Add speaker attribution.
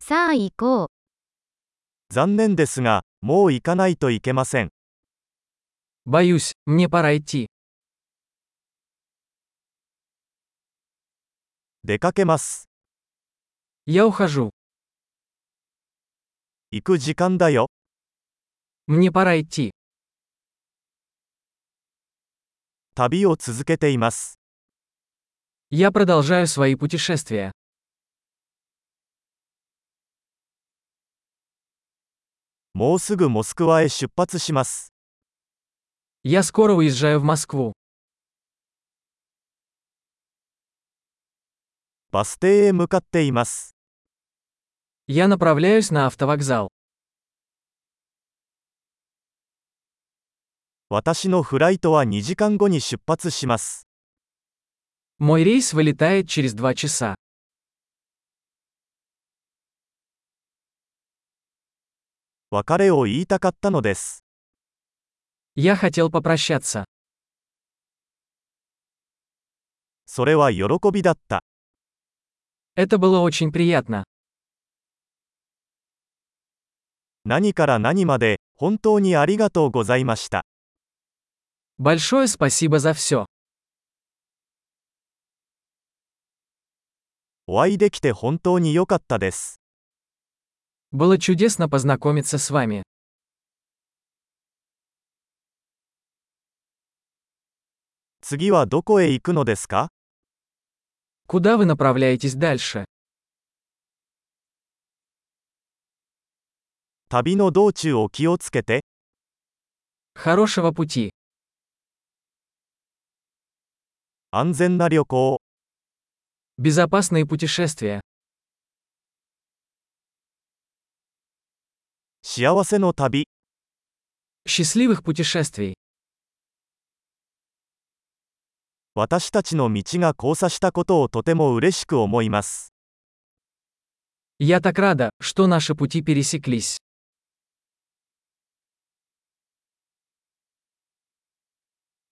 Speaker 1: さあ行こう。
Speaker 2: 残念ですが、もう行かないといけません。
Speaker 3: Боюсь, мне пора идти.
Speaker 2: 出かけます。
Speaker 3: Я ухожу.
Speaker 2: 行く時間だよ。
Speaker 3: Мне пора идти.
Speaker 2: 旅を続けています。
Speaker 3: Я продолжаю свои путешествия.
Speaker 2: もうすぐモスクワへ出発します。
Speaker 3: Я скоро уезжаю в Москву.
Speaker 2: バス停へ向かっています。
Speaker 3: Я направляюсь на автовокзал.
Speaker 2: 私のフライトは2時間後に出発します。
Speaker 3: Мой рейс вылетает через два часа.
Speaker 2: 別れを言いたかったのです。
Speaker 3: Я хотел попрощаться.
Speaker 2: それは喜びだった。
Speaker 3: Это было очень приятно.
Speaker 2: 何から何まで、本当にありがとうございました。
Speaker 3: Большое спасибо за все.
Speaker 2: お会いできて本当に良かったです。
Speaker 3: Было чудесно познакомиться с вами.
Speaker 2: 次はどこへ行くのですか
Speaker 3: Куда вы направляетесь дальше?
Speaker 2: 旅の道中を気をつけて、
Speaker 3: Хорошего пути.
Speaker 2: 安全な旅行を。
Speaker 3: Безопасные путешествия.
Speaker 2: 幸せの旅。
Speaker 3: Счастливых путешествий.
Speaker 2: 私たちの道が交差したことをとても嬉しく思います。
Speaker 3: Я так рада, что наши пути пересеклись.